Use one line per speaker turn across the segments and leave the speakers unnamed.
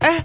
哎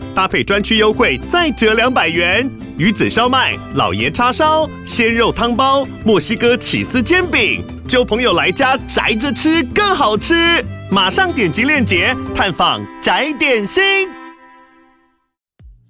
搭配专区优惠再折两百元。鱼子烧麦、老爷叉烧、鲜肉汤包、墨西哥起司煎饼，就朋友来家宅着吃更好吃。马上点击链接探访宅点心。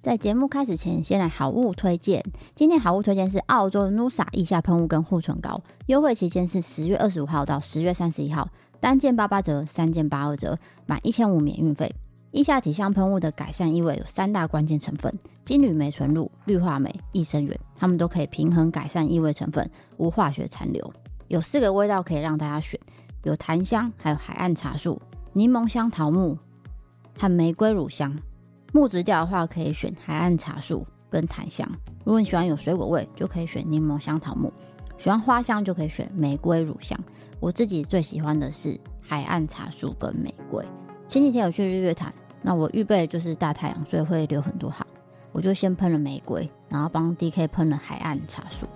在节目开始前，先来好物推荐。今天好物推荐是澳洲的 Nusa 腋下喷雾跟护唇膏，优惠期间是十月二十五号到十月三十一号，单件八八折，三件八二折，满一千五免运费。腋下体香喷雾的改善异味有三大关键成分：金缕梅纯露、绿化酶、益生元，它们都可以平衡改善异味成分，无化学残留。有四个味道可以让大家选，有檀香，还有海岸茶树、柠檬香桃木和玫瑰乳香。木质调的话，可以选海岸茶树跟檀香。如果你喜欢有水果味，就可以选柠檬香桃木；喜欢花香就可以选玫瑰乳香。我自己最喜欢的是海岸茶树跟玫瑰。前几天有去日月潭，那我预备就是大太阳，所以会流很多汗，我就先喷了玫瑰，然后帮 DK 喷了海岸茶树。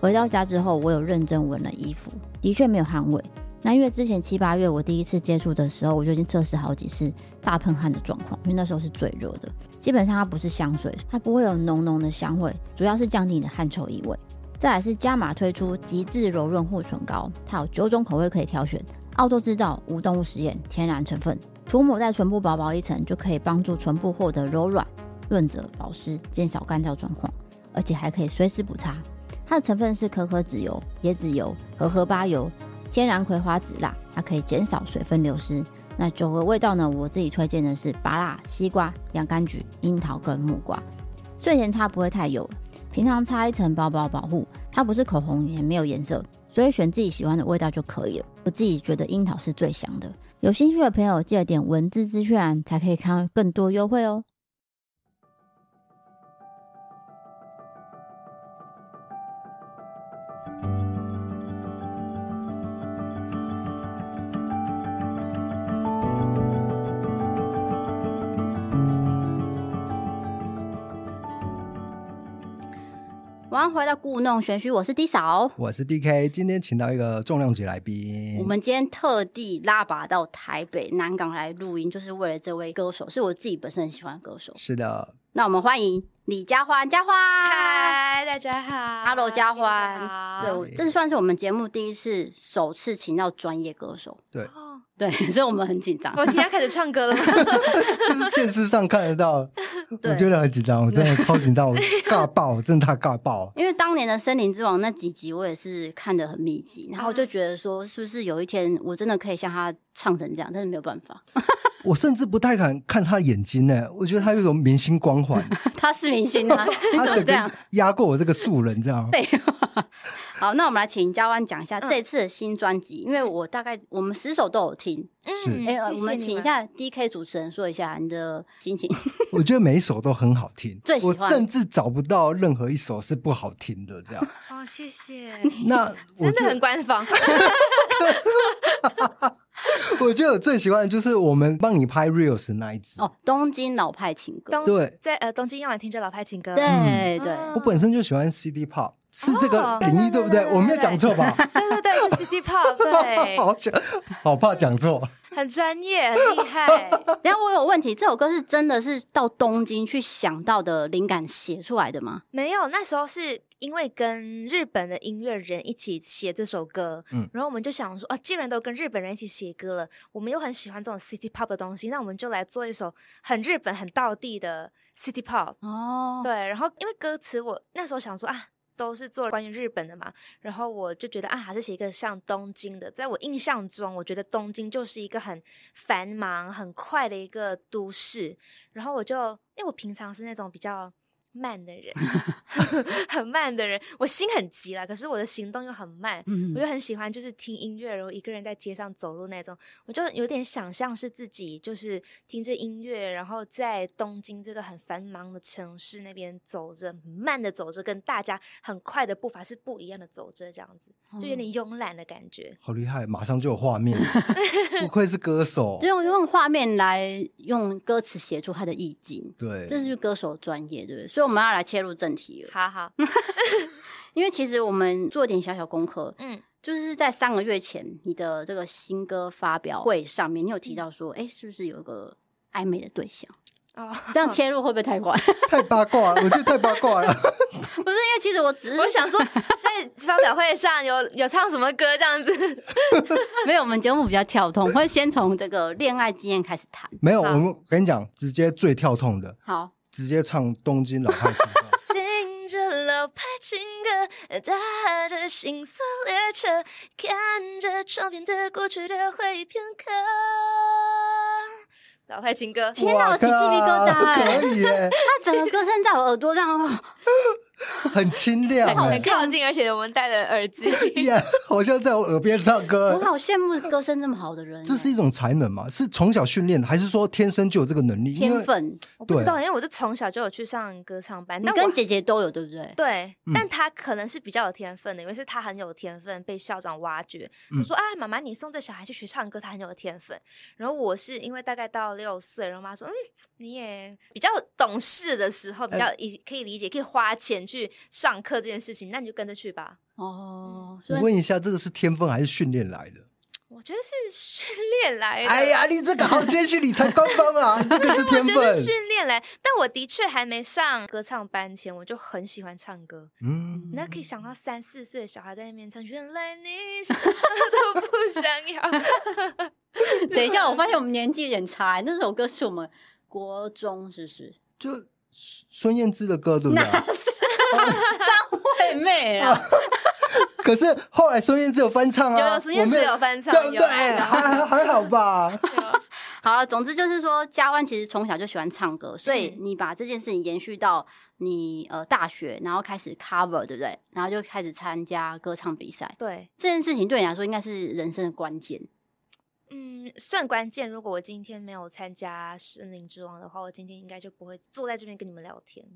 回到家之后，我有认真闻了衣服，的确没有汗味。那因为之前七八月我第一次接触的时候，我就已经测试好几次大喷汗的状况，因为那时候是最热的。基本上它不是香水，它不会有浓浓的香味，主要是降低你的汗臭异味。再来是加码推出极致柔润护唇膏，它有九种口味可以挑选，澳洲制造，无动物实验，天然成分，涂抹在唇部薄薄一层就可以帮助唇部获得柔软、润泽、保湿，减少干燥状况，而且还可以随时补擦。它的成分是可可脂油、椰子油和荷巴油、天然葵花籽蜡，它可以减少水分流失。那九个味道呢？我自己推荐的是芭辣、西瓜、洋甘菊、樱桃跟木瓜。睡前擦不会太油，平常擦一层薄薄保护，它不是口红也没有颜色，所以选自己喜欢的味道就可以了。我自己觉得樱桃是最香的。有兴趣的朋友记得点文字资讯栏才可以看到更多优惠哦。我要回到故弄玄虚，我是 D 嫂。
我是 DK，今天请到一个重量级来宾，
我们今天特地拉拔到台北南港来录音，就是为了这位歌手，是我自己本身很喜欢的歌手。
是的，
那我们欢迎李佳欢，佳欢，
嗨，大家好
Hello，佳欢
大家好
对，我这算是我们节目第一次首次请到专业歌手，
哦
对， 所以我们很紧张。
我今天开始唱歌了吗？
这是电视上看 得到，
对
我觉得很紧张，我 真的超紧张，我尬爆，我真的大尬爆。
因为当年的《森林之王》那几集，我也是看得很密集，然
啊
后就觉得说，是不是有一天我真的可以像他唱成这样？但是没有办法，
我甚至不太敢看他的眼睛呢，我觉得他有一种明星 光环，
他是明星啊，你
他
怎么
整
这样
个？压过我这个素人，这样。
废话。好，那我们来请嘉湾讲一下
嗯
这次的新专辑，因为我大概我们十首都有听。
是
嗯
哎、呃我
谢谢
们
你
请一下 D K 主持人说一下你的心情。
我觉得每一首都很好听
最，喜
我
欢
甚至找不到任何一首是不好听 的。这样，
哦，谢谢，
那我
真的
觉
很官方。
得我觉得我最喜欢的就是我们帮你拍 reels 那一支。
哦，东京老派情歌，
东
对，
在呃东京夜晚听着老派情歌，
对、
嗯
对，
嗯
我本身就喜欢 CD pop，是这个
哦
领域对不对？我没有讲错吧？，
对对对，是 City Pop，对
好想，好怕讲错。
很专业，很厉害。
然后我有问题，这首歌是真的是到东京去想到的灵感写出来的吗？
没有，那时候是因为跟日本的音乐人一起写这首歌，
嗯
然后我们就想说，啊，既然都跟日本人一起写歌了，我们又很喜欢这种 City Pop 的东西，那我们就来做一首很日本、很道地的 City Pop。
哦，
对，然后因为歌词我那时候想说啊，都是做关于日本的嘛，然后我就觉得啊，还是写一个像东京的。在我印象中，我觉得东京就是一个很繁忙、很快的一个都市。然后我就因为我平常是那种比较慢的人， 很慢的人。我心很急啦，可是我的行动又很慢。
嗯
我就很喜欢，就是听音乐，然后一个人在街上走路那种。我就有点想象是自己就是听着音乐，然后在东京这个很繁忙的城市那边走着，很慢的走着，跟大家很快的步伐是不一样的走着，这样子
嗯
就有点慵懒的感觉。
好厉害，马上就有画面， 不愧是歌手
就。用用画面来用歌词写出它的意境，这
对，
是歌手专业，对不对？所以我们要来切入正题了，
好好，
因为其实我们做点小小功课，
嗯，
就是在三个月前你的这个新歌发表会上面，你有提到说，哎、是不是有一个暧昧的对象？
哦，
这样切入会不会太快？
太八卦了，我觉得太八卦了。
不是，因为其实我只是
我想说，在 发表会上有有唱什么歌这样子，
没有，我们节目比较跳痛，会先从这个恋爱经验开始谈。
没有，
好
我们我跟你讲，直接最跳痛的，
好，
直接唱《东京老汉情况》。
听着老牌情歌，搭着行色列车，看着窗边的过去的灰片壳。老牌情歌，
天哪
哇
我起鸡皮疙瘩
靠
哎
可以耶，
那整个歌声在我耳朵上，哇
很清亮
好
哎
很，靠近，而且我们戴了耳机。
耶，好像在我耳边唱歌哎
我。好羡慕歌声这么好的人。欸
这是一种才能嘛？是从小训练的，还是说天生就有这个能力？因
天
为
分，
我不知道，因为我是从小就有去上歌唱班，
你
但我
跟姐姐都有，对不对？
对，
嗯
但他可能是比较有天分的，因为是他很有天分，被校长挖掘。我
嗯
说：“啊，妈妈，你送这小孩去学唱歌，他很有天分。”然后我是因为大概到六岁，然后妈说：“嗯，你也比较懂事的时候，比
哎
较以可以理解，可以花钱去上课这件事情，那你就跟着去吧。
哦，所
我
以
问一下，这个是天分还是训练来的？”
我觉得是训练来的。
哎呀，你这个好谦虚，你才官方 啊，这个是天
我觉得
分
是。训练来，但我的确还没上歌唱班前，我就很喜欢唱歌。
嗯，
那可以想到三四岁的小孩在那边唱，原来你什么都不想要。
等一下，我发现我们年纪有点差、欸。那首歌是我们国中，是不是？
就孙孙燕姿的歌，对不啊
那
对？
是 张惠妹啊，
可是后来孙燕姿有翻唱
有
啊，
有孙燕
我没
姿有翻唱，
对不对？
有有
还还好吧。
好了，总之就是说，嘉湾其实从小就喜欢唱歌，所以
嗯
你把这件事情延续到你呃大学，然后开始 cover，对不对？然后就开始参加歌唱比赛，
对，
这件事情对你来说应该是人生的关键。
嗯，算关键。如果我今天没有参加《森林之王》的话，我今天应该就不会坐在这边跟你们聊天。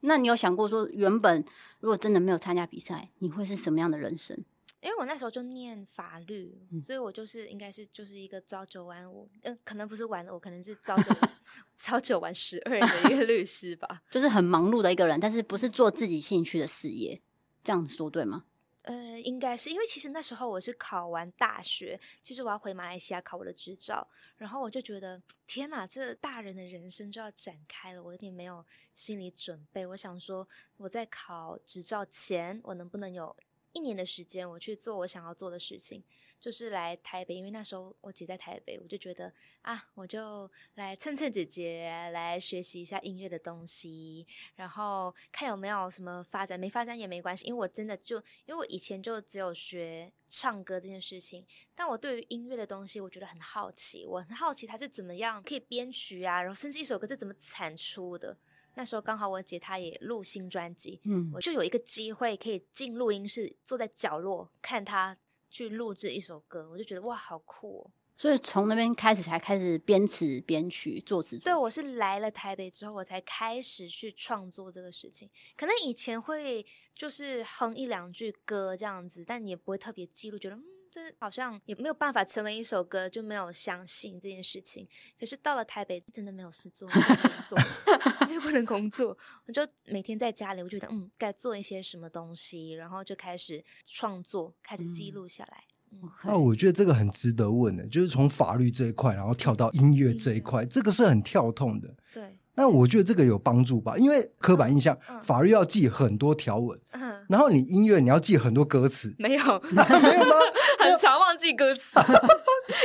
那你有想过说，原本如果真的没有参加比赛，你会是什么样的人生？
因为我那时候就念法律，
嗯
所以我就是应该是就是一个朝九晚五，嗯、可能不是晚五，可能是朝九晚朝九晚十二的一个律师吧。
就是很忙碌的一个人，但是不是做自己兴趣的事业，这样说对吗？
呃，应该是因为其实那时候我是考完大学，其实我要回马来西亚考我的执照，然后我就觉得天哪，这大人的人生就要展开了，我有点没有心理准备。我想说，我在考执照前，我能不能有一年的时间，我去做我想要做的事情，就是来台北，因为那时候我姐在台北，我就觉得啊，我就来蹭蹭姐姐，来学习一下音乐的东西，然后看有没有什么发展，没发展也没关系，因为我真的就，因为我以前就只有学唱歌这件事情，但我对于音乐的东西，我觉得很好奇，我很好奇它是怎么样可以编曲啊，然后甚至一首歌是怎么产出的。那时候刚好我姐她也录新专辑，
嗯
我就有一个机会可以进录音室，坐在角落看她去录制一首歌，我就觉得哇，好酷哦！
所以从那边开始才开始编词编曲作词作曲。
对，我是来了台北之后，我才开始去创作这个事情。可能以前会就是哼一两句歌这样子，但也不会特别记录，觉得嗯，这好像也没有办法成为一首歌，就没有相信这件事情。可是到了台北，真的没有事做，没有工作，又不能工作，我就每天在家里，我觉得嗯，该做一些什么东西，然后就开始创作，开始记
嗯
录下来。嗯
OK
啊那我觉得这个很值得问的，就是从法律这一块，然后跳到音乐这一块，
嗯
这个是很跳痛的。
对，
那我觉得这个有帮助吧，因为刻板印象
嗯，
法律要记很多条文，
嗯，，
然后你音乐你要记很多歌词
没有，
没有吗？
很常忘记歌词，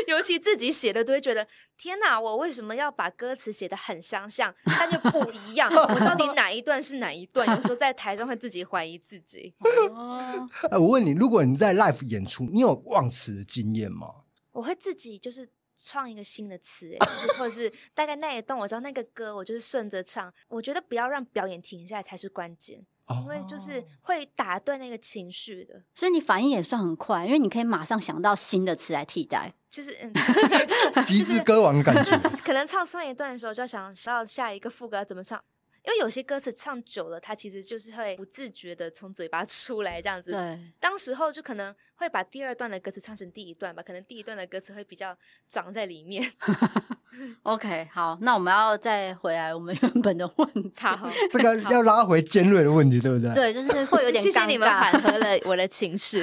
尤其自己写的都会觉得天哪，我为什么要把歌词写的很相像，但又不一样？我到底哪一段是哪一段？有时候在台上会自己怀疑自己。
哦，
哎我问你，如果你在 live 演出，你有忘词的经验吗？
我会自己就是创一个新的词、欸，就是或者是大概那一段我知道那个歌，我就是顺着唱。我觉得不要让表演停下来才是关键，因为就是
哦
会打断那个情绪的。
所以你反应也算很快，因为你可以马上想到新的词来替代。
就是嗯，
极致歌王的感觉
就。是可能唱上一段的时候，就要想到下一个副歌要怎么唱，因为有些歌词唱久了，它其实就是会不自觉的从嘴巴 出来这样子。
对，
当时候就可能会把第二段的歌词唱成第一段吧，可能第一段的歌词会比较长在里面。
OK，好，那我们要再回来我们 原本的 问题。
好，
这个要拉回尖锐的问题，对不对？。
对，就是会 有点
谢谢
尴
你们
尬
缓和 了我的情绪，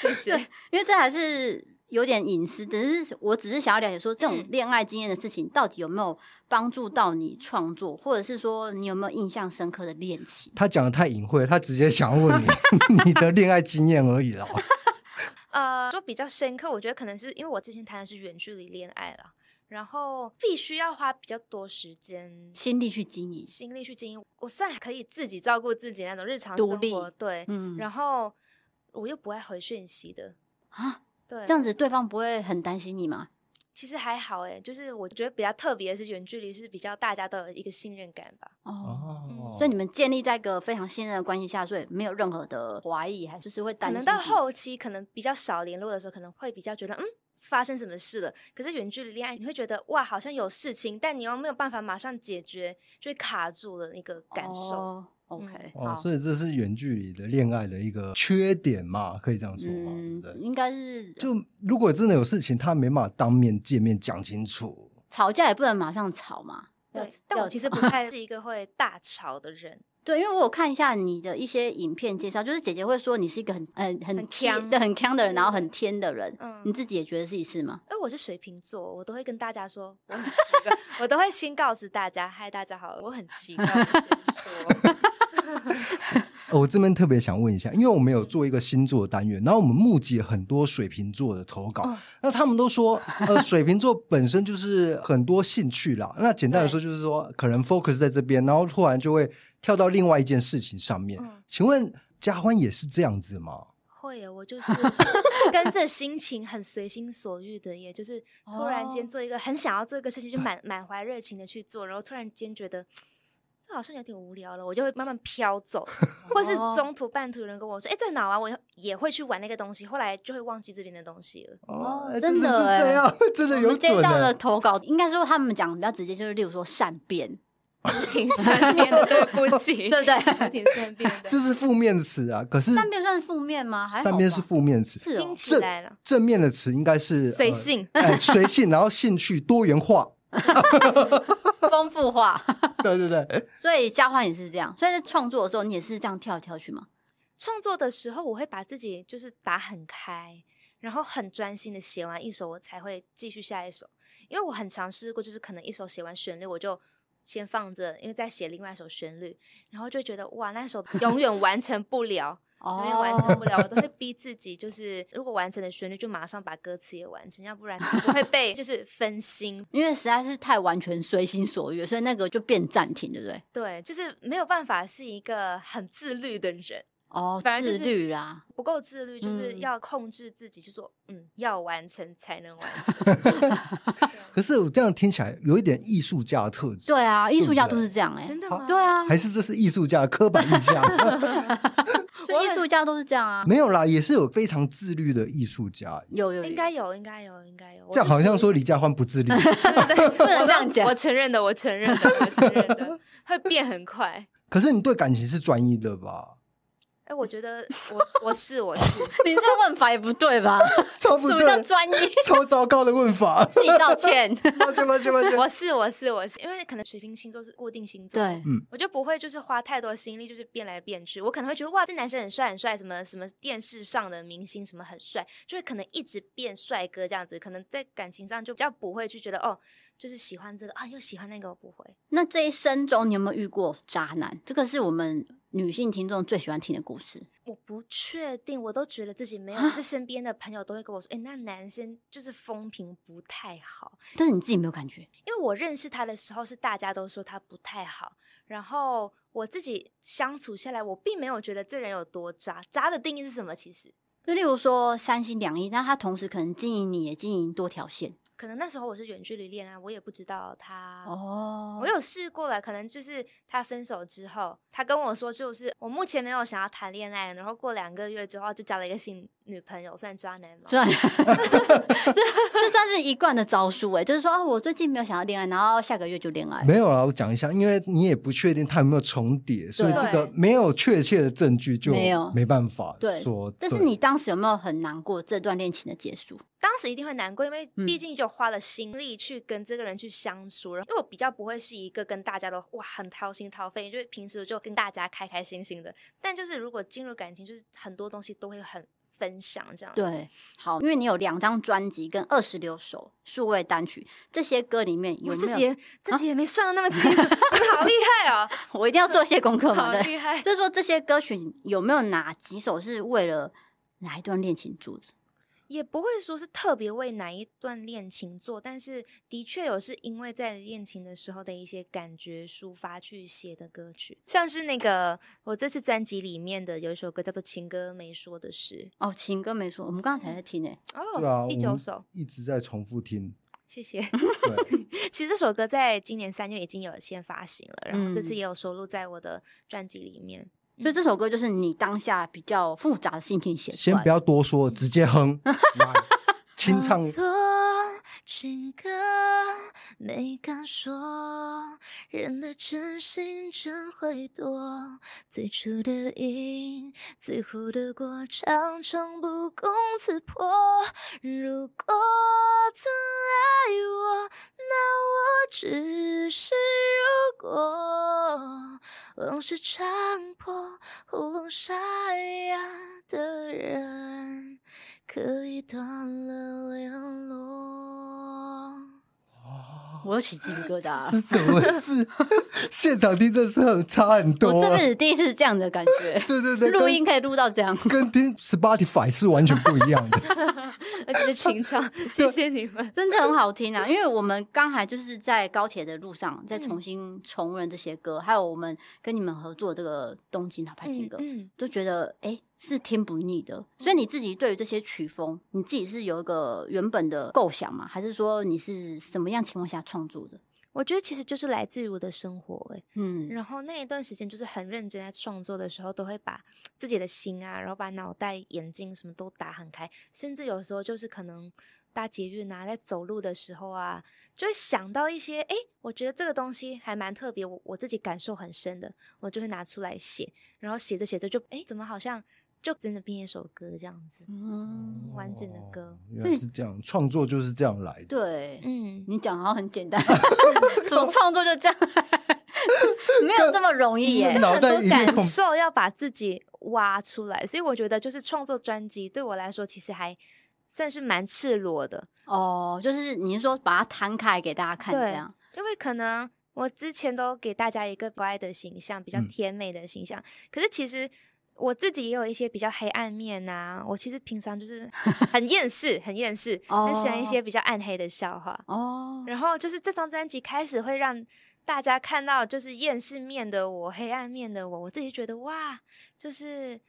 谢谢。
因为这还是有点隐私，只是我只是想要了解说，这种
嗯
恋爱经验的事情到底有没有帮助到你创作，或者是说你有没有印象深刻的恋情？
他讲的太隐晦，他直接 想要问你你的恋爱经验而已啦。
呃，说比较深刻，我觉得可能是因为我之前谈的是远距离恋爱啦，然后必须要花比较多时间
心力去经营，
心力去经营。我算可以自己照顾自己那种日常
独
生
立
活，对，
嗯，
然后我又不爱回讯息的，
啊，
对，
这样子对方不会很担心你吗？
其实还好诶、就是我觉得比较特别的是远距离是比较大家都有一个信任感吧，
哦。
哦，
所以你们建立在一个非常信任的关系下，所以没有任何的怀疑，还就是会担
可
心
能
彼此。
到后期可能比较少联络的时候，可能会比较觉得嗯。发生什么事了？可是远距离恋爱，你会觉得哇，好像有事情，但你又没有办法马上解决，就会卡住了那个感受。嗯
哦 OK，、
哦，
好，
所以这是远距离的恋爱的一个缺点嘛，可以这样说嘛，
嗯
对，不对？
应该是
就如果真的有事情，他没办法当面见面讲清楚，
吵架也不能马上吵嘛。要
对，但
要
我其实
吵
不太是一个会大吵的人，
对，因为我有看一下你的一些影片介绍，就是姐姐会说你是一个很很很
很
贴
强
对很强的人，然后很
对
天的人。
嗯
你自己也觉得自己是吗？
呃因为我是水瓶座，我都会跟大家说我很奇怪，我都会先告知大家，嗨，大家好，我很奇怪，我先说，
哦，我这边特别想问一下，因为我们有做一个星座单元，然后我们募集很多水瓶座的投稿，
哦
那他们都说，呃，水瓶座本身就是很多兴趣啦。那简单的说，就是说可能 focus 在这边，然后突然就会跳到另外一件事情上面。
嗯
请问嘉欢也是这样子吗？
哦
会啊，我就是 跟着心情很随心所欲的耶，也就是突然
哦
间做一个很想要做一个事情，就满满怀热情的去做，然后突然间觉得。这好像有点无聊了，我就会慢慢飘 走，或是
哦
中途半途有人跟我说：“哎、在哪啊？”我也会去玩那个东西，后来就会忘记这边的东西了。
哦
哎
真
真
的
是
哎
这样， 真的
我
有
们接
准
到
欸
的投稿，应该说他们讲比较直接，就是例如说善变，
挺善变的， 对不起，
对不对
我挺善变的，
这是负面词啊。可是
善变算是负面吗？还好
善变是
吧
负面词，
是
听
哦，
起来了。
正面的词应该是
随性
呃哎随性，然后兴趣多元化。
丰富化。
对对对，
所以交换也是这样，所以在创作的时候你也是这样跳来跳去嘛。
创作的时候，我会把自己就是打很开，然后很专心的写完一首，我才会继续下一首。因为我很尝试过，就是可能一首写完旋律，我就先放着，因为再写另外一首旋律，然后就觉得哇，那首永远完成不了，永远完成不了。我都会逼自己，就是如果完成了旋律，就马上把歌词也完成，要不然我会被就是分心。
因为实在是太完全随心所欲，所以那个就变暂停，对不对？
对，就是没有办法是一个很自律的人。
哦，
反正就是
自律啦。
不够自律，就是
嗯
要控制自己，就说嗯，要完成才能完成。
可是我这样听起来有一点艺术家的特质。
对啊，艺
对
术
不
家
对
都是这样哎、
真的
好
吗？
对，啊，
还是这是艺术家的刻板印 象，
就艺术家都是这样啊。
没有啦，也是有非常自律的艺术家。
有有有
应该有，应该有，应该有。我
这样
是
好像
属
说
于
李佳欢 不自律，
对对对，不
能这样讲
我承认的，我承认的，我承认的，会变很快。
可是你对感情是专一的吧？
哎，我觉得我我是 我是，
你这问法也不对 吧？
超不
什么叫
对，
专一？
超糟糕的问法。
自己道 歉。
抱歉，抱歉，抱歉。
我是我是我是，因为可能水瓶星座是固定星座，
嗯
对，
我就不会就是花太多心力，就是变来变去。我可能会觉得哇，这男生很帅很帅，什么什么电视上的明星什么很帅，就会可能一直变帅哥这样子。可能在感情上就比较不会去觉得哦，就是喜欢这个啊，又喜欢那个，我不会。
那这一生中你有没有遇过渣男？这个是我们女性听众最喜欢听的故事。
我不确定，我都觉得自己没有。
啊
这身边的朋友都会跟我说，哎、那男生就是风评不太好。
但是你自己没有感觉，
因为我认识他的时候是大家都说他不太好，然后我自己相处下来，我并没有觉得这人有多渣。渣的定义是什么？其实
就例如说三心两意，那他同时可能经营你也经营多条线
可能那时候我是远距离恋爱，我也不知道他。
哦
我有试过了，可能就是他分手之后，他跟我说，就是我目前没有想要谈恋爱，然后过两个月之后就交了一个新女朋友，算渣男吗？
算，这啊 这算是一贯的招数哎，就是说啊，我最近没有想要恋爱，然后下个月就恋爱。
没有啦，我讲一下，因为你也不确定他有没有重叠，所以这个
对
没有确切的证据就
没有
没办法
对
说。
但是
对
你当时有没有很难过这段恋情的结束？
当时一定会难过，因为
嗯
毕竟就花了心力去跟这个人去相处，然后因为我比较不会是一个跟大家都哇很掏心掏肺，就是平时我就跟大家开开心心的。但就是如果进入感情，就是很多东西都会很分享这样。，
对，好，因为你有两张专辑跟二十六首数位单曲，这些歌里面有
我
没
自己
有？啊
也自己也没算的那么清楚， 你好厉害哦，
我一定要做一些功课嘛，
好
对。
厉 害。
就是说这些歌曲有没有哪几首是为了哪一段恋情做的？
也不会说是特别为哪一段恋情做，但是的确有是因为在恋情的时候的一些感觉抒发去写的歌曲，像是那个我这次专辑里面的有一首歌叫做《情歌没说的事
哦，情歌没说，我们刚才在听欸诶、》
哦，
对啊，
第
我
九
们
首，
一直在重复听，
谢谢。
对，
其实这首歌在今年三月已经有先发行了，然后这
嗯
次也有收录在我的专辑里面。
所以这首歌就是你当下比较复杂的心情写出
先
来
不
的。
要多说，直接哼， 来清唱
啊
好。多情歌没敢说，人的真心真会躲。最初的因，最后的果，常常不攻自破。如果曾爱我，那我只是如果。往事唱破喉咙沙哑的人。可以断了联络。
我又起鸡皮疙瘩啊了
是，怎么是现场听这是很差很多、
我这
啊，。
辈子第一次这样的感觉
对对对，
录
跟
音可以录到这样，
跟听 Spotify 是完全不一样的。
而且是情场，谢谢你们。
真的很好听啊！因为我们刚才就是在高铁的路上，再重
嗯
新重温这些歌，还有我们跟你们合作这个东京老派情歌，
嗯，
就觉得哎、诶是听不腻的。所以你自己对于这些曲风，你自己是有一个原本的构想吗？还是说你是什么样情况下创作的？
我觉得其实就是来自于我的生活、欸，
嗯，
然后那一段时间就是很认真在创作的时候，都会把自己的心啊，然后把脑袋、眼睛什么都打很开，甚至有时候就是可能搭捷运啊，在走路的时候啊，就会想到一些，诶，我觉得这个东西还蛮特别，我我自己感受很深的，我就会拿出来写，然后写着写着就，诶，怎么好像就真的变一首歌这样子。
嗯，
完整的歌
哦，原来是这样，创作就是这样来的。
对，
嗯，
你讲好像很简单，什么创作就这样， 没有这么 容易耶、
嗯脑
很
袋
多
一片
感
空
受要把自己挖出来，所以我觉得就是创作专辑对我来说其实还算是蛮赤裸的，
哦，就是你是说把它摊开给大家看这
对
样？
因为可能我之前都给大家一个乖的形象，比较
嗯
甜美的形象，可是其实。我自己也有一些比较黑暗面呐、我其实平常就是很厌世，很厌世， 很喜欢一
哦
些比较暗黑的笑话。
哦，
然后就是这张专辑开始会让大家看到，就是厌世面的我、黑暗面的我，我自己觉得哇，就是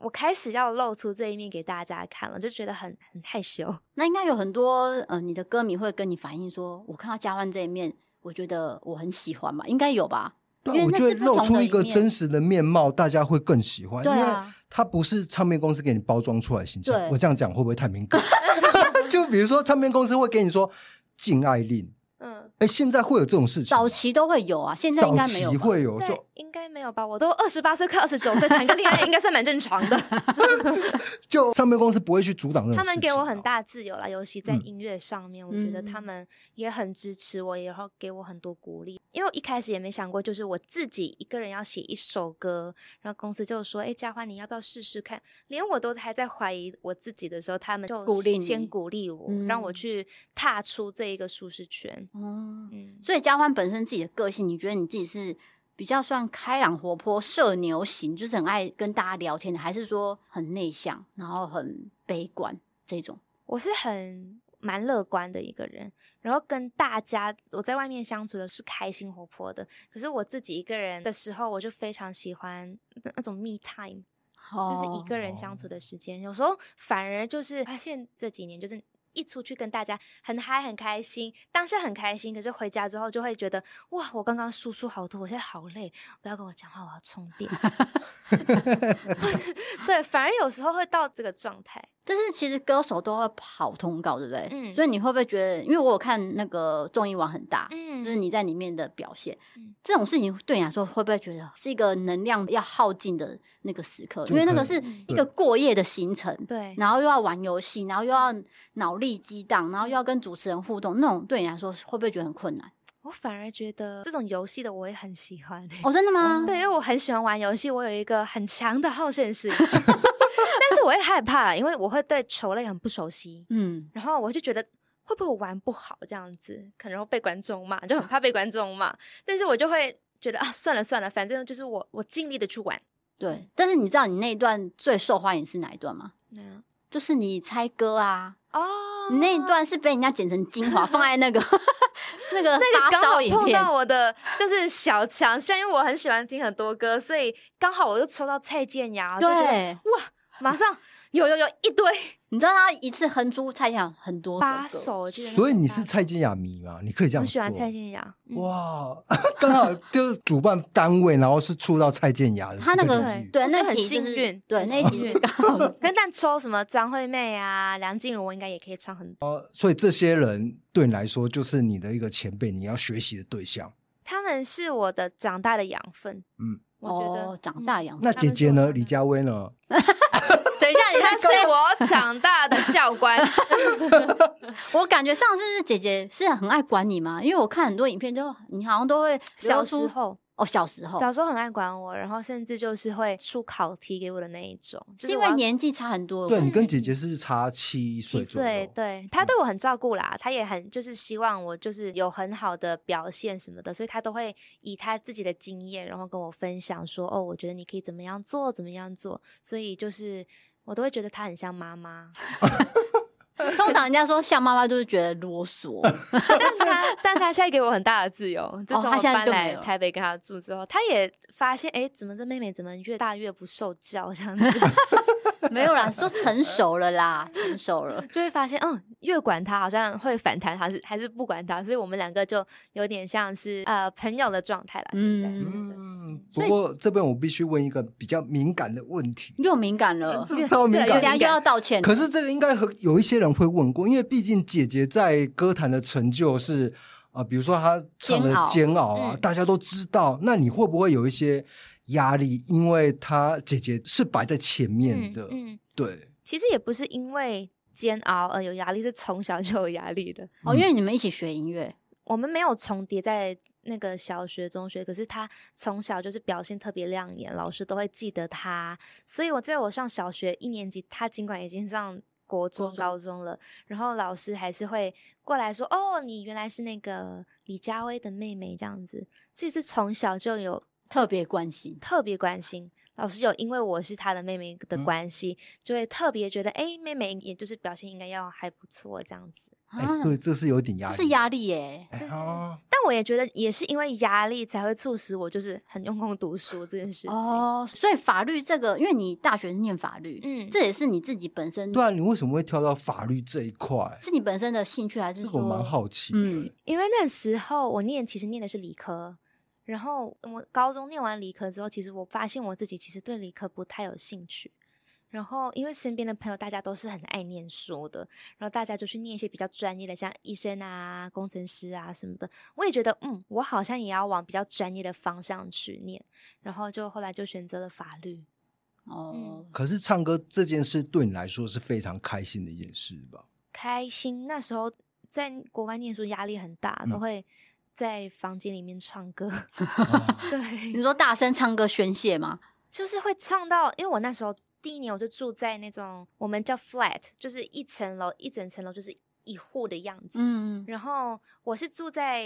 我开始要露出这一面给大家看了，就觉得很很害羞。
那应该有很多呃，你的歌迷会跟你反映说，我看到嘉万这一面，我觉得我很喜欢吧，应该有吧？因为
对啊，我
那
觉
是
得
不
露
同
出
的
一
一
个
面
真实的面貌，大家会更喜欢，
对
因为
啊
它不是唱片公司给你包装出来的形象
对。
我这样讲会不会太敏感？ 就比如说唱片公司会给你说禁爱令，
嗯，
哎，现在会有这种事情，
早期都会有啊，现在应
早
该没
期
有吧。
会有，
在
就
应该没有吧？我都二十八岁，快二十九岁，谈个恋爱应该算蛮正常的。
就唱片公司不会去阻挡这种事情
他
啊。
们给我很大自由啦，尤其在
嗯
音乐上面，我觉得他
嗯
们也很支持我，然后给我很多鼓励。因为我一开始也没想过，就是我自己一个人要写一首歌，然后公司就说：“哎，佳欢，你要不要试试看？”连我都还在怀疑我自己的时候，他们就
鼓励你
先鼓励我，让我
嗯
去踏出这一个舒适圈。
嗯，
嗯，
所以嘉欢本身自己的个性，你觉得你自己是比较算开朗活泼、社牛型，就是很爱跟大家聊天的，还是说很内向，然后很悲观这种？
我是很蛮乐观的一个人，然后跟大家我在外面相处的是开心活泼的，可是我自己一个人的时候，我就非常喜欢那那种 me time。就是一
哦
个人相处的时间。有时候反而就是发现这几年就是。一出去跟大家很嗨很开心，当下很开心，可是回家之后就会觉得哇，我刚刚输出好多，我现在好累，不要跟我讲话，我要充电。 或是对，反而有时候会到这个状态。
但是其实歌手都会跑通告，对不对？
嗯
所以你会不会觉得，因为我有看那个综艺网很大，
嗯
就是你在里面的表现，
嗯
这种事情对你来说会不会觉得是一个能量要耗尽的那个时刻？因为那个是
嗯
一个过夜的行程，
对，
然后又要玩游戏，然后又要脑力激荡，然后又
嗯
要跟主持人互动，那种对你来说会不会觉得很困难？
我反而觉得这种游戏的我也很喜欢、欸。
哦，真的吗？
对，因为我很喜欢玩游戏，我有一个很强的好胜心，但是我会害怕啦，因为我会对球类很不熟悉，
嗯，
然后我就觉得会不会我玩不好这样子，可能会被观众骂，就很怕被观众骂，但是我就会觉得啊，算了算了，反正就是我我尽力的去玩。
对。但是你知道你那一段最受欢迎是哪一段吗？
那
就是你猜歌啊，
哦
你那一段是被人家剪成精华，放在那 个那个
那
发
个刚好
烧影
碰
片
到。我的就是小强项，因为我很喜欢听很多歌，所以刚好我就抽到蔡健雅，我就觉得
对，
哇，马上有有有一堆
你知道他一次哼出蔡健雅很多
八
歌
首，我记得
所以你是
八首
蔡健雅迷嘛？你可以这样
我
说。
喜欢蔡健雅，嗯
哇，刚 好就是主办单位，然后是出到蔡健雅的
他那
这
个
个剧
对
我
那
觉得很
题就是
幸运
对
很
那一
幸
题
运
就刚好是
跟但抽什么张惠妹啊、梁静茹，我应该也可以唱很多。
哦所以这些人对你来说就是你的一个前辈，你要学习的对象。
他们是我的长大的养分，
嗯，
我觉得、
哦长大养
嗯
分
那姐姐呢？李
李
佳薇呢？
等一下，你
他
在
是
跟
我长大的教官，
我，我感觉上次是姐姐是很爱管你吗？因为我看很多影片就，你好像都会
小
流出
时候。
哦，小时候
小时候很爱管我，然后甚至就是会出考题给我的那一种，就是
因
我
为
要
年纪差很多，
对你跟
嗯
姐姐是不是差七
七
岁左
岁
右，。
对他对我很照顾啦，他也很就是希望我就是有很好的表现什么的，所以他都会以他自己的经验，然后跟我分享说，哦，我觉得你可以怎么样做，怎么样做，所以就是我都会觉得他很像妈妈，
通常人家说像妈妈就是觉得啰嗦，
但他但他现在给我很大的自 由，自
哦
从
他
我
现在
搬
就没
来
有
台北跟他住之后，他也发现，哎，怎么这妹妹怎么越大越不受教这样子，
没有啦，说成熟了啦，成熟了。
就会发现，嗯，越管他好像会反弹，还是还是不管他，所以我们两个就有点像是呃朋友的状态了。
嗯
嗯
嗯，不
所以
过这边我必须问一个比较敏感的问题，
又敏感了，
是超敏
人
感
对有
家
点
的。
又要道歉了。
可是这个应该和有一些人会问过，因为毕竟姐姐在歌坛的成就是啊、呃比如说她唱的
煎熬
《煎熬》啊，
嗯
大家都知道。那你会不会有一些压力？因为她姐姐是摆在前面的，
嗯嗯，
对，
其实也不是因为煎熬而有压力，是从小就有压力的。
嗯
哦，因为你们一起学音乐，
我们没有重叠在那个小学、中学，可是他从小就是表现特别亮眼，老师都会记得他。所以我在我上小学一年级，他尽管已经上国中、
中
高中了，然后老师还是会过来说：“哦，你原来是那个李佳薇的妹妹。”这样子，所以是从小就有
特别关心。
特别关心。老师有因为我是他的妹妹的
嗯
关系，就会特别觉得，哎、妹妹也就是表现应该要还不错这样子。
哎、
啊
所以这是有点压力，
是压力耶、
哎啊，
但我也觉得也是因为压力才会促使我就是很用功读书这件事情。
哦，所以法律这个，因为你大学是念法律，
嗯
这也是你自己本身，
对啊，你为什么会跳到法律这一块？
是你本身的兴趣还是
这
说？
个我蛮好奇的。
嗯
因为那时候我念其实念的是理科，然后我高中念完理科之后，其实我发现我自己其实对理科不太有兴趣。然后因为身边的朋友大家都是很爱念书的，然后大家就去念一些比较专业的，像医生啊、工程师啊什么的。我也觉得，嗯，我好像也要往比较专业的方向去念。然后就后来就选择了法律。
哦
嗯，
可是唱歌这件事对你来说是非常开心的一件事吧？
开心。那时候在国外念书压力很大，
嗯
都会在房间里面唱歌。
啊
你
对，
说大声唱歌宣泄吗？
就是会唱到，因为我那时候第一年我就住在那种我们叫 flat，就是一层楼一整层楼就是一户的样子。
嗯，
然后我是住在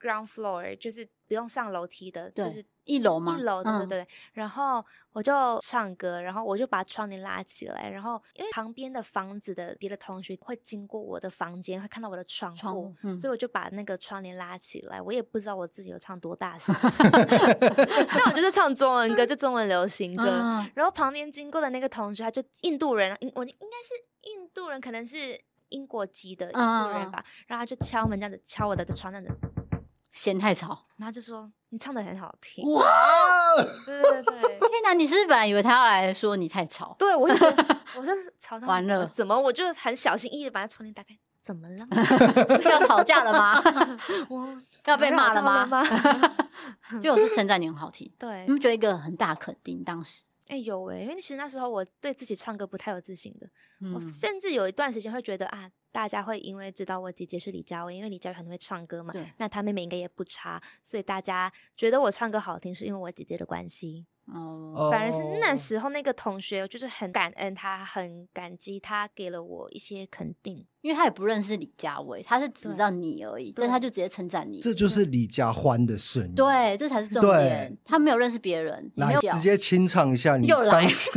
ground floor，就是不用上楼梯的，就
对
是
一楼吗
一楼，对对
嗯
对。然后我就唱歌，然后我就把窗帘拉起来，然后因为旁边的房子的别的同学会经过我的房间，会看到我的窗户，
窗户嗯
所以我就把那个窗帘拉起来。我也不知道我自己有唱多大 声，但我就是唱中文歌，就中文流行歌。
嗯
然后旁边经过的那个同学，他就印度人，印我应该是印度人，可能是英国籍的印度
嗯嗯嗯
人吧。然后他就敲门这样子，敲我的床这样子，
嫌太吵。
然后就说你唱的很好听。
哇，
对对对 对，
天哪，你是不是本来以为他要来说你太 吵？
对我就觉得 我说吵到
完
你
了
怎么？我就很小心翼翼的把他窗帘打开，怎么了吗？
要吵架了吗？
我
要被骂了
打
吗嗯
扰到了？
就我是称赞你很好听，
对
你，们觉得一个很大肯定，当时，
哎有哎，因为其实那时候我对自己唱歌不太有自信的，我
嗯，
甚至有一段时间会觉得啊，大家会因为知道我姐姐是李佳薇，因为李佳薇很会唱歌嘛
对，
那她妹妹应该也不差，所以大家觉得我唱歌好听是因为我姐姐的关系。
哦，
哦
反而是那时候那个同学，就是很感恩她，很感激她给了我一些肯定。
因为他也不认识李佳薇，他是只知道你而已，
对
但他就直接称赞你，
这就是李佳欢的声音。，
对，这才是重
对
点。他没有认识别人，你没
来
有
直接清唱一下你
又来
当时，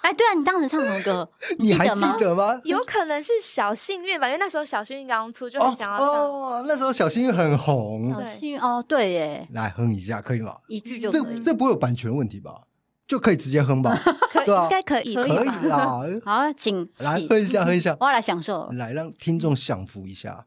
哎，对啊，你当时唱什么 歌？
你还
得
记
吗？
得吗？
有可能是小幸运吧，因为那时候小幸运刚出，就
哦
很想要唱。
哦，那时候小幸运很红，
小
对
幸运哦，对耶，
来哼一下可以吗？
一句就
这
可以。
这不会有版权问题吧？就可以直接哼吧？
可
对啊
应该可以吧，
可
可以啦，
好，请
来
起，
哼一下，哼一嗯下
我，要来享受了。
来让听众享福 一下。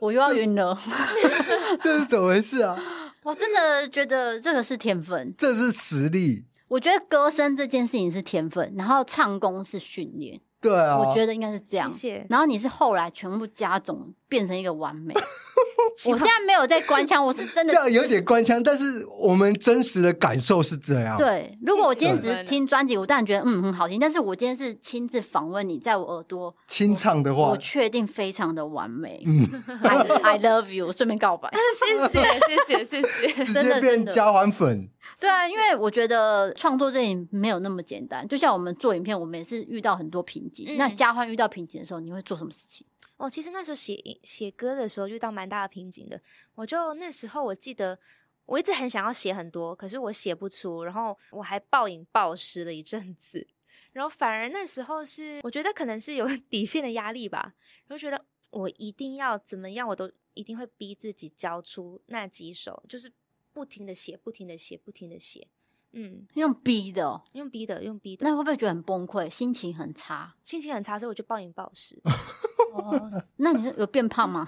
我又要晕了，
这是怎么回事啊？
我真的觉得这个是天分。
这是实力，
我觉得歌声这件事情是天分，然后唱功是训练，
对啊，
我觉得应该是这样。
谢
然后你是后来全部加总变成一个完 美。我现在没有在官腔，我是真的
这样有点官腔，但是我们真实的感受是这样。，
对，如果我今天
对
只是听专辑，我当然觉得嗯很好听，但是我今天是亲自访问你，在我耳朵，
清唱的话
我，确定非常的完 美。
嗯，
I I love you，顺便告白。
谢谢，谢谢，谢谢。
直
真的
接变
真的
加完粉，
对啊，因为我觉得创作这里没有那么简单，就像我们做影片，我们也是遇到很多瓶颈。
嗯
那嘉欢遇到瓶颈的时候，你会做什么事情？
哦，其实那时候写写歌的时候遇到蛮大的瓶颈的。我就那时候我记得，我一直很想要写很多，可是我写不出，然后我还暴饮暴食了一阵子。然后反而那时候是，我觉得可能是有底线的压力吧，我就觉得我一定要怎么样，我都一定会逼自己交出那几首，就是不停的写，不停的写，不停的写。嗯，
用逼的哦、
用逼的，用逼的，
那会不会觉得很崩溃，心情很差？
心情很差，所以我就暴饮暴食。
哦，那你有变胖吗？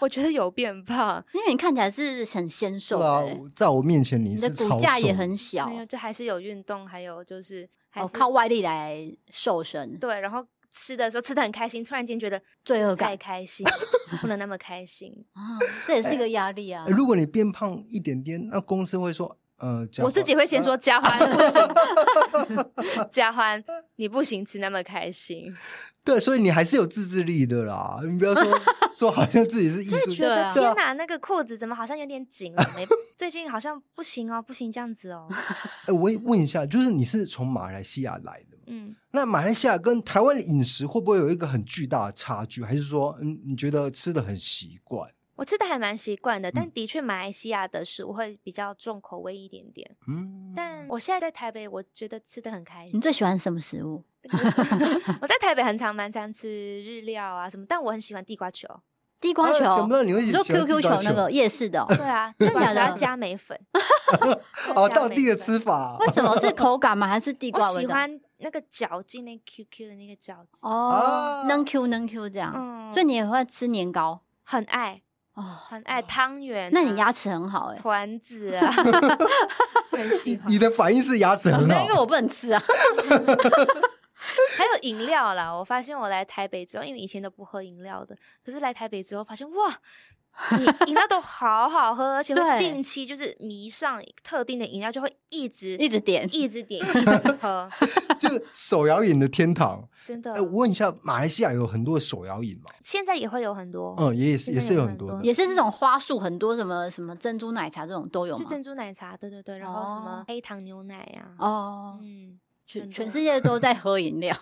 我觉得有变胖，
因为你看起来是很纤瘦
对
的
啊
欸、，
在我面前你
你
是
的
超
骨架也
瘦
很小，
没有，就还是有运动，还有就是还
哦，
是、
靠外力来瘦身，
对，然后吃的时候吃的很开心，突然间觉得
罪恶
太
感
开心，不能那么开心。
啊，这也是一个压力啊
欸。如果你变胖一点点，那公司会说，呃，嘉
我自
欢
己会先说嘉欢不 行，嘉欢你不行，吃那么开心，
对，所以你还是有自制力的啦。你不要说说好像自己是艺术
觉
家，
得 对啊
天哪，那个裤子怎么好像有点紧了？没，最近好像不行哦，不行这样子 哦。
哎，我也问一下，就是你是从马来西亚来的吗，
嗯，
那马来西亚跟台湾的饮食会不会有一个很巨大的差距？还是说，嗯，你觉得吃的很习惯？
我吃的还蛮习惯的，但
嗯
的确马来西亚的食物会比较重口味一点点。
嗯，
但我现在在台北，我觉得吃的很开
你
心。
最喜欢什么食物？
我在台北很常蛮常吃日料啊什么，但我很喜欢地 瓜球。
地瓜
啊
球，
想不到你会
你
喜
说
欢地
QQ 球
瓜。
那个夜市的哦、
对啊，
真的
地
假
瓜
的
球要加梅粉
哦，到地的吃
法。
法
为什么是口感吗？还是地瓜
我
味
喜
道？
欢那个嚼劲，那 QQ 的那个嚼劲，
哦
啊，
能 Q 能 Q 这样，
嗯
所以你也会吃年糕
很爱
哦。
很爱汤圆啊。
那你牙齿很好哎、
团 子啊，很喜欢
你。的反应是牙齿
啊
很
没有，
好
因 为，我不能吃啊。
还有饮料啦，我发现我来台北之后，因为以前都不喝饮料的，可是来台北之后发现哇，饮饮料都好好喝，而且
对
会定期就是迷上特定的饮料，就会一直
一直点
一 直点，一直喝，
就是手摇饮的天堂。
真的
哎，。我问一下，马来西亚有很多的手摇饮吗？
现在也会有很多，
哦
嗯，也是
现
也
在
是
有
有很
很
多
多
的
也是这种花束，很多什么什么珍珠奶茶这种都有
就
吗？
珍珠奶茶，对对对，然后什
哦
么黑糖牛奶呀、
哦，
嗯，
全
很
全
多
世界都在喝饮料。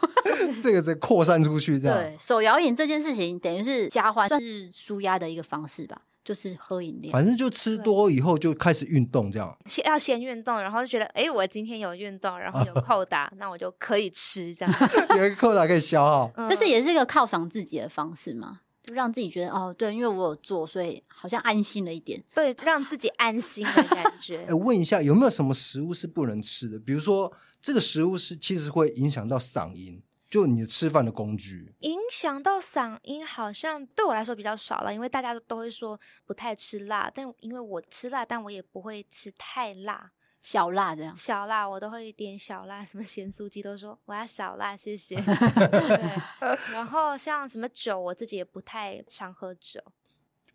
这个在扩散出去，这样。
对，手摇饮这件事情等于是加欢，算是舒压的一个方式吧，就是喝饮料。
反正就吃
对
多以后就开始运动，这样。
先要先运动，然后就觉得，哎，我今天有运动，然后 有扣打，那我就可以吃这样。
有一个扣打可以消耗。
嗯
但是也是一个犒赏自己的方式嘛，就让自己觉得哦，对，因为我有做，所以好像安心了一点。
对让自己安心的 感觉
哎，。问一下，有没有什么食物是不能吃的？比如说，这个食物是其实会影响到嗓音，就你吃饭的工具。
影响到嗓音好像对我来说比较少了，因为大家都会说不太吃辣，但因为我吃辣，但我也不会吃太辣，
小辣这样，
小辣我都会点小辣，什么咸酥鸡都说我要小辣，谢谢。 对，然后像什么酒，我自己也不太常喝酒，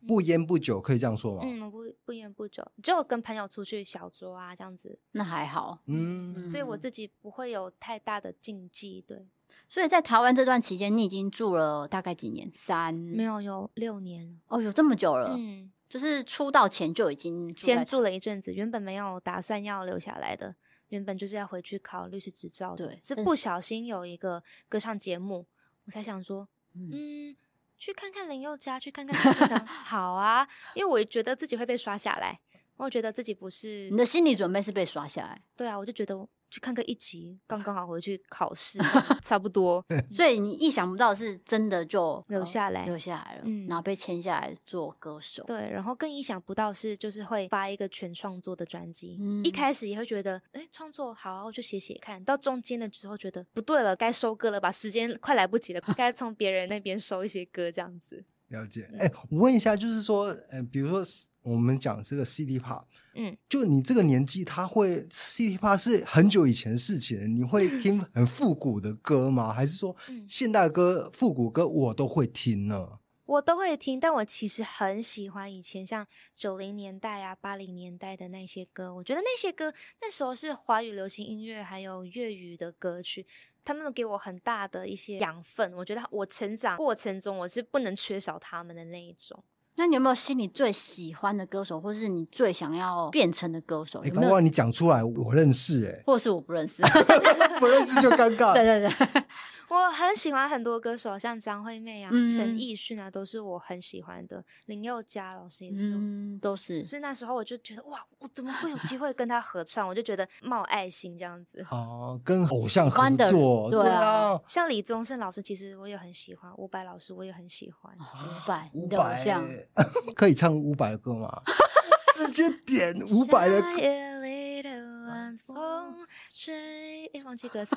不烟不酒，可以这样
哦
说吗？
嗯，我不不烟不酒，只有跟朋友出去小酌啊这样子，
那还好。
嗯，
所以我
嗯
自己不会有太大的禁忌，对，
所以在台湾这段期间，你已经住了大概几年？三
没有有六年了，
哦，有这么久了，
嗯。
就是出道前就已经住在
先住了一阵子，原本没有打算要留下来的，原本就是要回去考律师执照的。
对嗯
是
但
不小心有一个歌唱节目，我才想说，
嗯，
嗯，去看看林宥嘉，去看看萧敬腾 好啊，因为我觉得自己会被刷下来，我觉得自己不是
你，的心理准备是被刷下来，
对啊，我就觉得去看个一集， 刚刚好回去考 试差不 多，
所以你意想不到是真的就
留
呃
下来
留下来了，
嗯
然后被签下来做歌手。
对，然后更意想不到是，就是会发一个全创作的专辑。一
嗯
开始也会觉得，哎，创作好啊，我就写写看。到中间的时候觉得不对了，该收割了吧，时间快来不 及了，该从别人那边收一些歌这样子。
了解。哎、我问一下，就是说，呃，比如说我们讲这个 CD p o
嗯，
就你这个年纪，他会 CD p o 是很久以前的事情，你会听很复古的歌吗？还是说
嗯
现代歌、复古歌我都会听呢？
我都会听，但我其实很喜欢以前像九零年代啊、八零年代的那些歌。我觉得那些歌那时候是华语流行音乐还有粤语的歌曲，他们都给我很大的一些养分。我觉得我成长过程中我是不能缺少他们的那一种。
那你有没有心里最喜欢的歌手，或是你最想要变成的歌手？
哎、
有
搞
没
不
有
好？你讲出来，我认识、欸，
或是我不认 识？
哎，不认识就尴尬。
对对对，
我很喜欢很多歌手，像张惠妹啊、
嗯
陈奕迅啊，都是我很喜欢的。林宥嘉老师也是。
嗯，都是。
所以那时候我就觉得哇，我怎么会有机会跟他合唱？我就觉得冒爱心这样子。
好，跟偶像合
欢的人
作，
对啊
像李宗盛老师，其实我也很喜欢；伍佰老师我也很喜欢。
啊
五百，你
伍
的偶
佰
像，
可以唱伍佰的歌 吗？直接点伍佰的歌啊
夏夜里的晚风吹，哎，忘记歌词。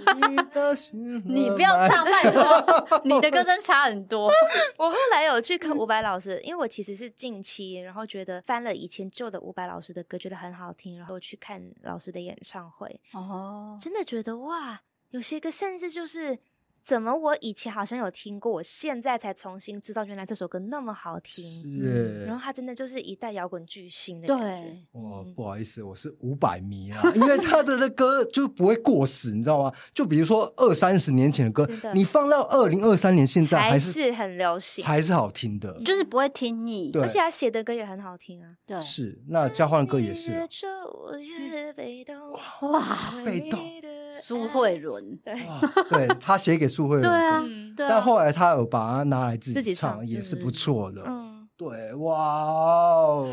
嗯
你
你
不要唱，拜 托，你的歌真差很 多。
我后来有去
嗯
看伍佰老师，因为我其实是近期，然后觉得翻了以前旧的伍佰老师的歌，觉得很好听，然后去看老师的演唱会，
哦，
真的觉得哇，有些歌甚至就是怎么我以前好像有听过，我现在才重新知道原来这首歌那么好听。
是
然后他真的就是一代摇滚巨星的感觉，
对，
哇，
嗯
不好意思，我是伍佰迷啊，因为他的那歌就不会过时，你知道吗？就比如说二三十年前的歌
真，的
你放到二零二三年现在
还
是
是很流行，
还是好听的，
就是不会听腻。
对
而且他写的歌也很好听啊。
对，
是。那交换歌也是
你
啊
越，走我越被动，
哇，
被动
苏慧伦，
对，
哇对他写给苏慧伦
对
的歌，
啊
嗯，
对啊，
但后来他有把它拿来自
自己
唱，
唱
也是
嗯
不错的。
嗯，
对，哇哦，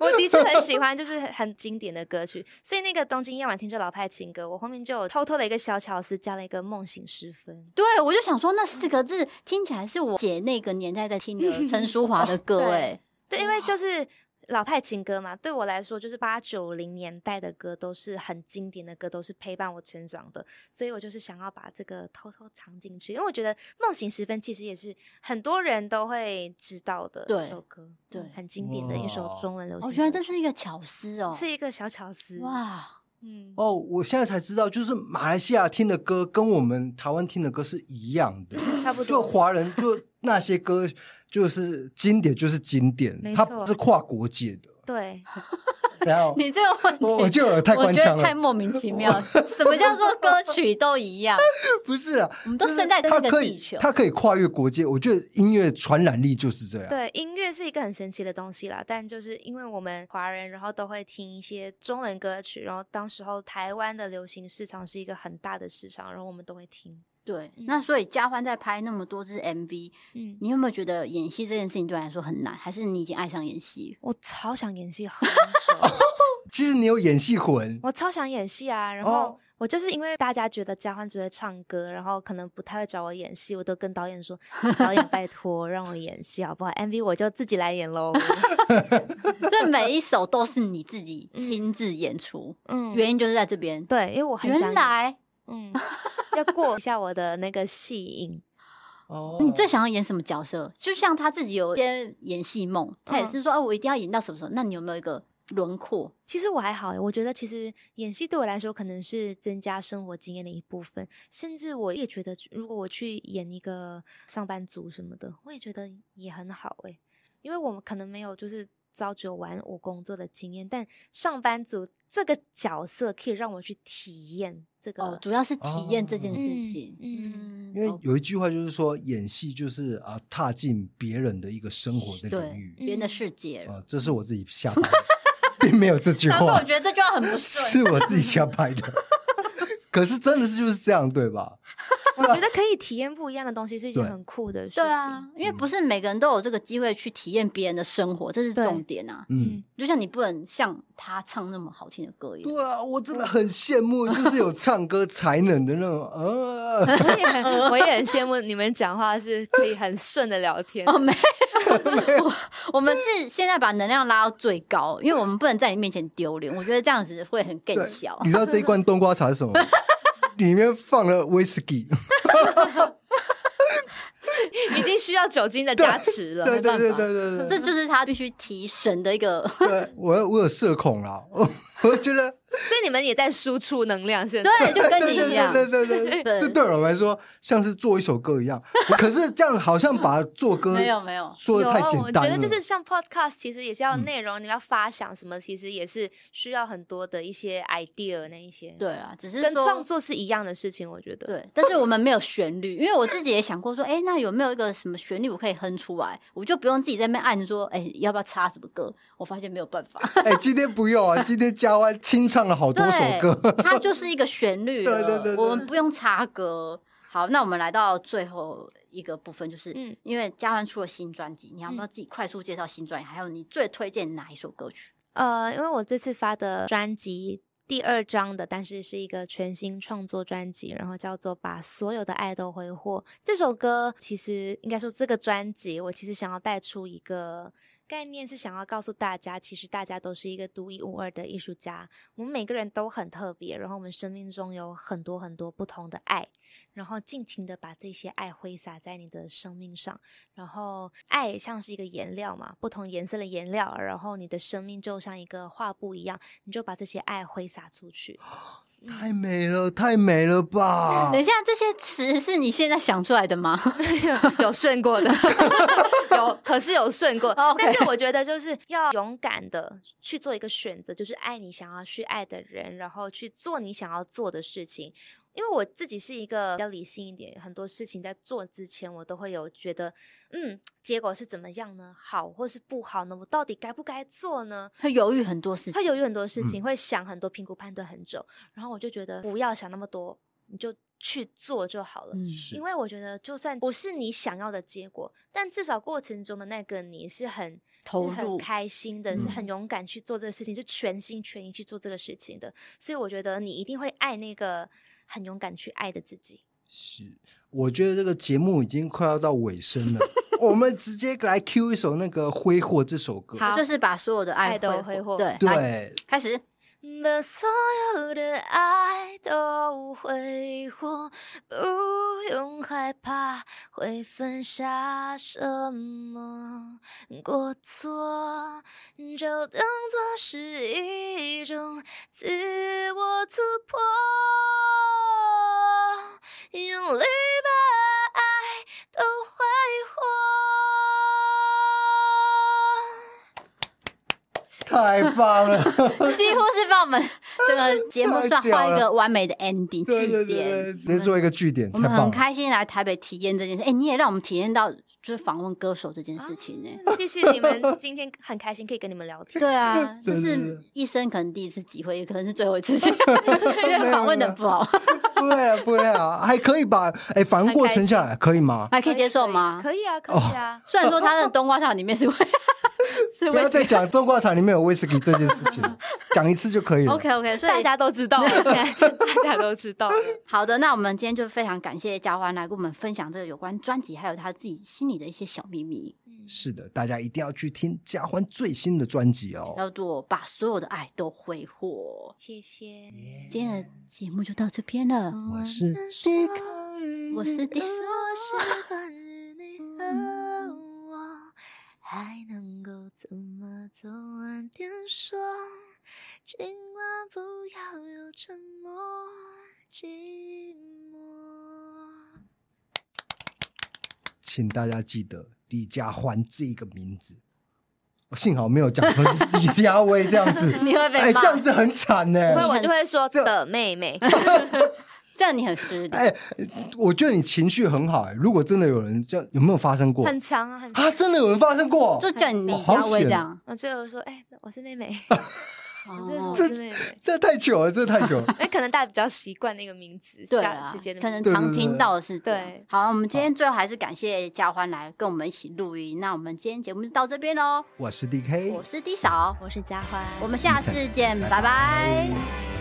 我的确很喜欢，就是很经典的歌曲。所以那个《东京夜晚听着老派情歌》，我后面就有偷偷的一个小巧思，加了一个梦醒时分。
对我就想说那四个字听起来是我姐那个年代在听的陈淑华的歌，
对
哎，
对，因为就是老派情歌嘛，对我来说就是八九零年代的歌都是很经典的歌，都是陪伴我成长的，所以我就是想要把这个偷偷藏进去，因为我觉得《梦醒时分》其实也是很多人都会知道的
对
一首歌，嗯
对
很经典的一首
哇
中文流
哦，
行歌曲。
原来这是一个巧思哦，
是一个小巧思，
哇，
嗯，
哦，我现在才知道，就是马来西亚听的歌跟我们台湾听的歌是一样 的，
差不
就
多。
华人就那些歌就是经典就是经典
没，
它
错
是跨国界的。
对，
然后
你这个问题，
我我就有太
我
官
觉
腔
得太
了，
莫名其妙。什么叫做歌曲都一样？
不是啊，
我们都
就是
生在这
它
个
可
地
以
球
它可以跨越国界。我觉得音乐传染力就是这样。
对，音乐是一个很神奇的东西啦，但就是因为我们华人，然后都会听一些中文歌曲，然后当时候台湾的流行市场是一个很大的市场，然后我们都会听。
对，
嗯
那所以嘉欢在拍那么多支 MV，
嗯，
你有没有觉得演戏这件事情对你来说很难，还是你已经爱上演戏了？
我超想演戏很久，
其实你有演戏
哦
魂，
我超想演戏啊！然
哦
后我就是因为大家觉得嘉欢只会唱歌，然后可能不太会找我演戏，我都跟导演说：“导演，拜托让我演戏好不好？MV 我就自己来演喽。
所以每一首都是你自己
嗯
亲自演出，”
嗯，
原因就是在这边。，
对，因为我很想
原
演
来
嗯，要过一下我的那个戏瘾。
哦
你最想要演什么角色？就像他自己有一些演戏梦，他也
嗯
是说，哦，我一定要演到什么时候？那你有没有一个轮廓？
其实我还好欸，我觉得其实演戏对我来说可能是增加生活经验的一部分，甚至我也觉得，如果我去演一个上班族什么的，我也觉得也很好诶，因为我们可能没有就是朝九晚五工作的经验，但上班族这个角色可以让我去体验这个，
哦，主要是体验这件事
嗯
情。
嗯
嗯，
因为
哦
有一句话就是说，演戏就是啊，踏进别人的一个生活的领
对
域
别人的
嗯
世界了
啊，。这是我自己瞎掰的，并没有这 句
但是我
话
觉，得这句话很不顺
是。我自己瞎掰 的。可是真的是就是这样，对吧？
我觉得可以体验不一样的东西是一件
对
很酷的事情。
对啊，
嗯
因为不是每个人都有这个机会去体验别人的生活，这是
对
重点啊。
嗯
嗯，
就像你不能像他唱那么好听的歌一样，
对啊，我真的很羡慕，就是有唱歌才能的那种，呃，
嗯我也很我也 很羡慕你们讲话是可以很顺的聊天。
哦，没有，我我们是现在把能量拉到最高，因为我们不能在你面前丢脸，我觉得这样子会很更
对嗯
小。
你知道这一罐冬瓜茶是什么吗？里面放了威士忌，
已经需要酒精的加持 了。
对对对
没办法
对对对
这就是他必须提神的一 个，
对，我有我有社恐啦，我我觉得
所以你们也在输出能量，现在
对，就 跟
对
你
对
一样，
对对对对，
对
这对我来说像是做一首歌一样。 可是这样好像把做歌
没有没有
说的太
有啊
简
我觉
单
得
了，
就是像 podcast，其实也是要
嗯
内容，你要发想什么，其实也是需要很多的一些 idea 那一些。，
对啦，只是
跟创
说。
作啊是一样的事情，我觉得。，
对，但是我们没有旋律，因为我自己也想过说，哎、那有没有一个什么旋律我可以哼出来？我就不用自己在那边按说，哎、要不要插什么歌？我发现没有办法，
哎，今天不用啊，今天嘉湾清唱了好多首
对，
歌。
它就是一个旋律了。
对对对对
我们不用插歌。好，那我们来到最后一个部分，就是、
嗯
因为嘉欢出了新专辑，你要不要
嗯
自己快速介绍新专辑？还有你最推荐哪一首歌曲？
呃，因为我这次发的专辑。第二张的，但是是一个全新创作专辑，然后叫做《把所有的爱都挥霍》。这首歌其实应该说，这个专辑我其实想要带出一个概念，是想要告诉大家，其实大家都是一个独一无二的艺术家，我们每个人都很特别，然后我们生命中有很多很多不同的爱，然后尽情的把这些爱挥洒在你的生命上。然后爱像是一个颜料嘛，不同颜色的颜料，然后你的生命就像一个画布一样，你就把这些爱挥洒出去。
太美了，太美 了吧
等！一下，这些词是你现在想出来的吗？
有顺过的， 有可是有顺过
OK
但是我觉得就是要勇敢的去做一个选择，就是爱你想要去爱的人，然后去做你想要做的事情。因为我自己是一个比较理性一点，很多事情在做之前，我都会有觉得，嗯，结果是怎么样呢？好或是不好呢？我到底该不该做呢？
会犹豫很多事
会
情。
犹豫很多事情，
嗯
会想很多，评估判断很久。然后我就觉得不要想那么多，你就去做就好了。
嗯，
是
因为我觉得，就算不是你想要的结果，但至少过程中的那个你是很
投
是很
入
开心的，是很
嗯
勇敢去做这个事情，是全心全意去做这个事情的。所以我觉得你一定会爱那个很勇敢去爱的自己。
我觉得这个节目已经快要到尾 声了，我们直接来 Q 一首那个《挥霍》这首歌。
好
就是把所有的
爱
爱
都
挥
挥
霍。
霍
对，来
对，
开始。
把所有的爱都挥霍，不用害怕会犯下什么过错，就当作是一种自我突破，用力把爱都挥霍。
太棒了！
几乎是把我们整个节目算画一个完美的 ending
对
句
对对对，
点。
直接做一个据点，
我
太
们很
棒了！
开心来台北体验这件事，哎、你也让我们体验到就是访问歌手这件事情
啊
呢、
谢谢你们，今天很开心可以跟你们聊天。
对啊，这
对对对
是一生可能第一次机会，也可能是最后一 次机会，因为访问的不好，
不会啊，不会啊，还可以吧？哎，反正过程下来可以吗？
还可以接受吗？
可以啊，可以
哦
啊。
虽然说它的冬瓜套里面是会 是
不要
会
再讲冬瓜茶里面有威士忌这件事 情，讲一次就可以了。
OK OK，所
大
以
家都知道了，现在 大家都知 道了。
好的，那我们今天就非常感谢嘉欢来跟我们分享这个有关专辑，还有他自己心里的一些小秘密，
是的，大家一定要去听嘉欢最新的专辑哦。
叫做把所有的爱都挥霍。
谢谢。
今天
嗯
的节目就到这边了，
我是
能
迪
说
卡尔
我是迪斯。
我喜欢你
嗯
和我，还能够怎么走晚点说？今晚不要有沉默，寂寞。
请大家记得李佳欢这个名字。我幸好没有讲成李佳薇这样子，
你 会被骂
哎，这样子很惨呢、
不会，
你
我
很
就会说
这哦
的妹妹。
这样你很失礼。
哎，我觉得你情绪很好、哎。如果真的有人这样，有没有发生过
很强啊，很强。
啊？真的有人发生过？
就叫你
哦
李
好
佳薇这
险
样，
我就有说，哎、我是妹妹，
哦
我是妹妹。
这太糗了，这太糗了
。哎，可能大家比较习惯那个名字，
对
加
啊
直接的，
可
名
能
字
对
常
对
听
对
到的是这样
对
好，我们今天最后还是感谢嘉欢来跟我们一起录音。那我们今天节目就到这边喽，
我是 DK，
我是 D 嫂，
我是佳欢，
我们下次见，拜拜
拜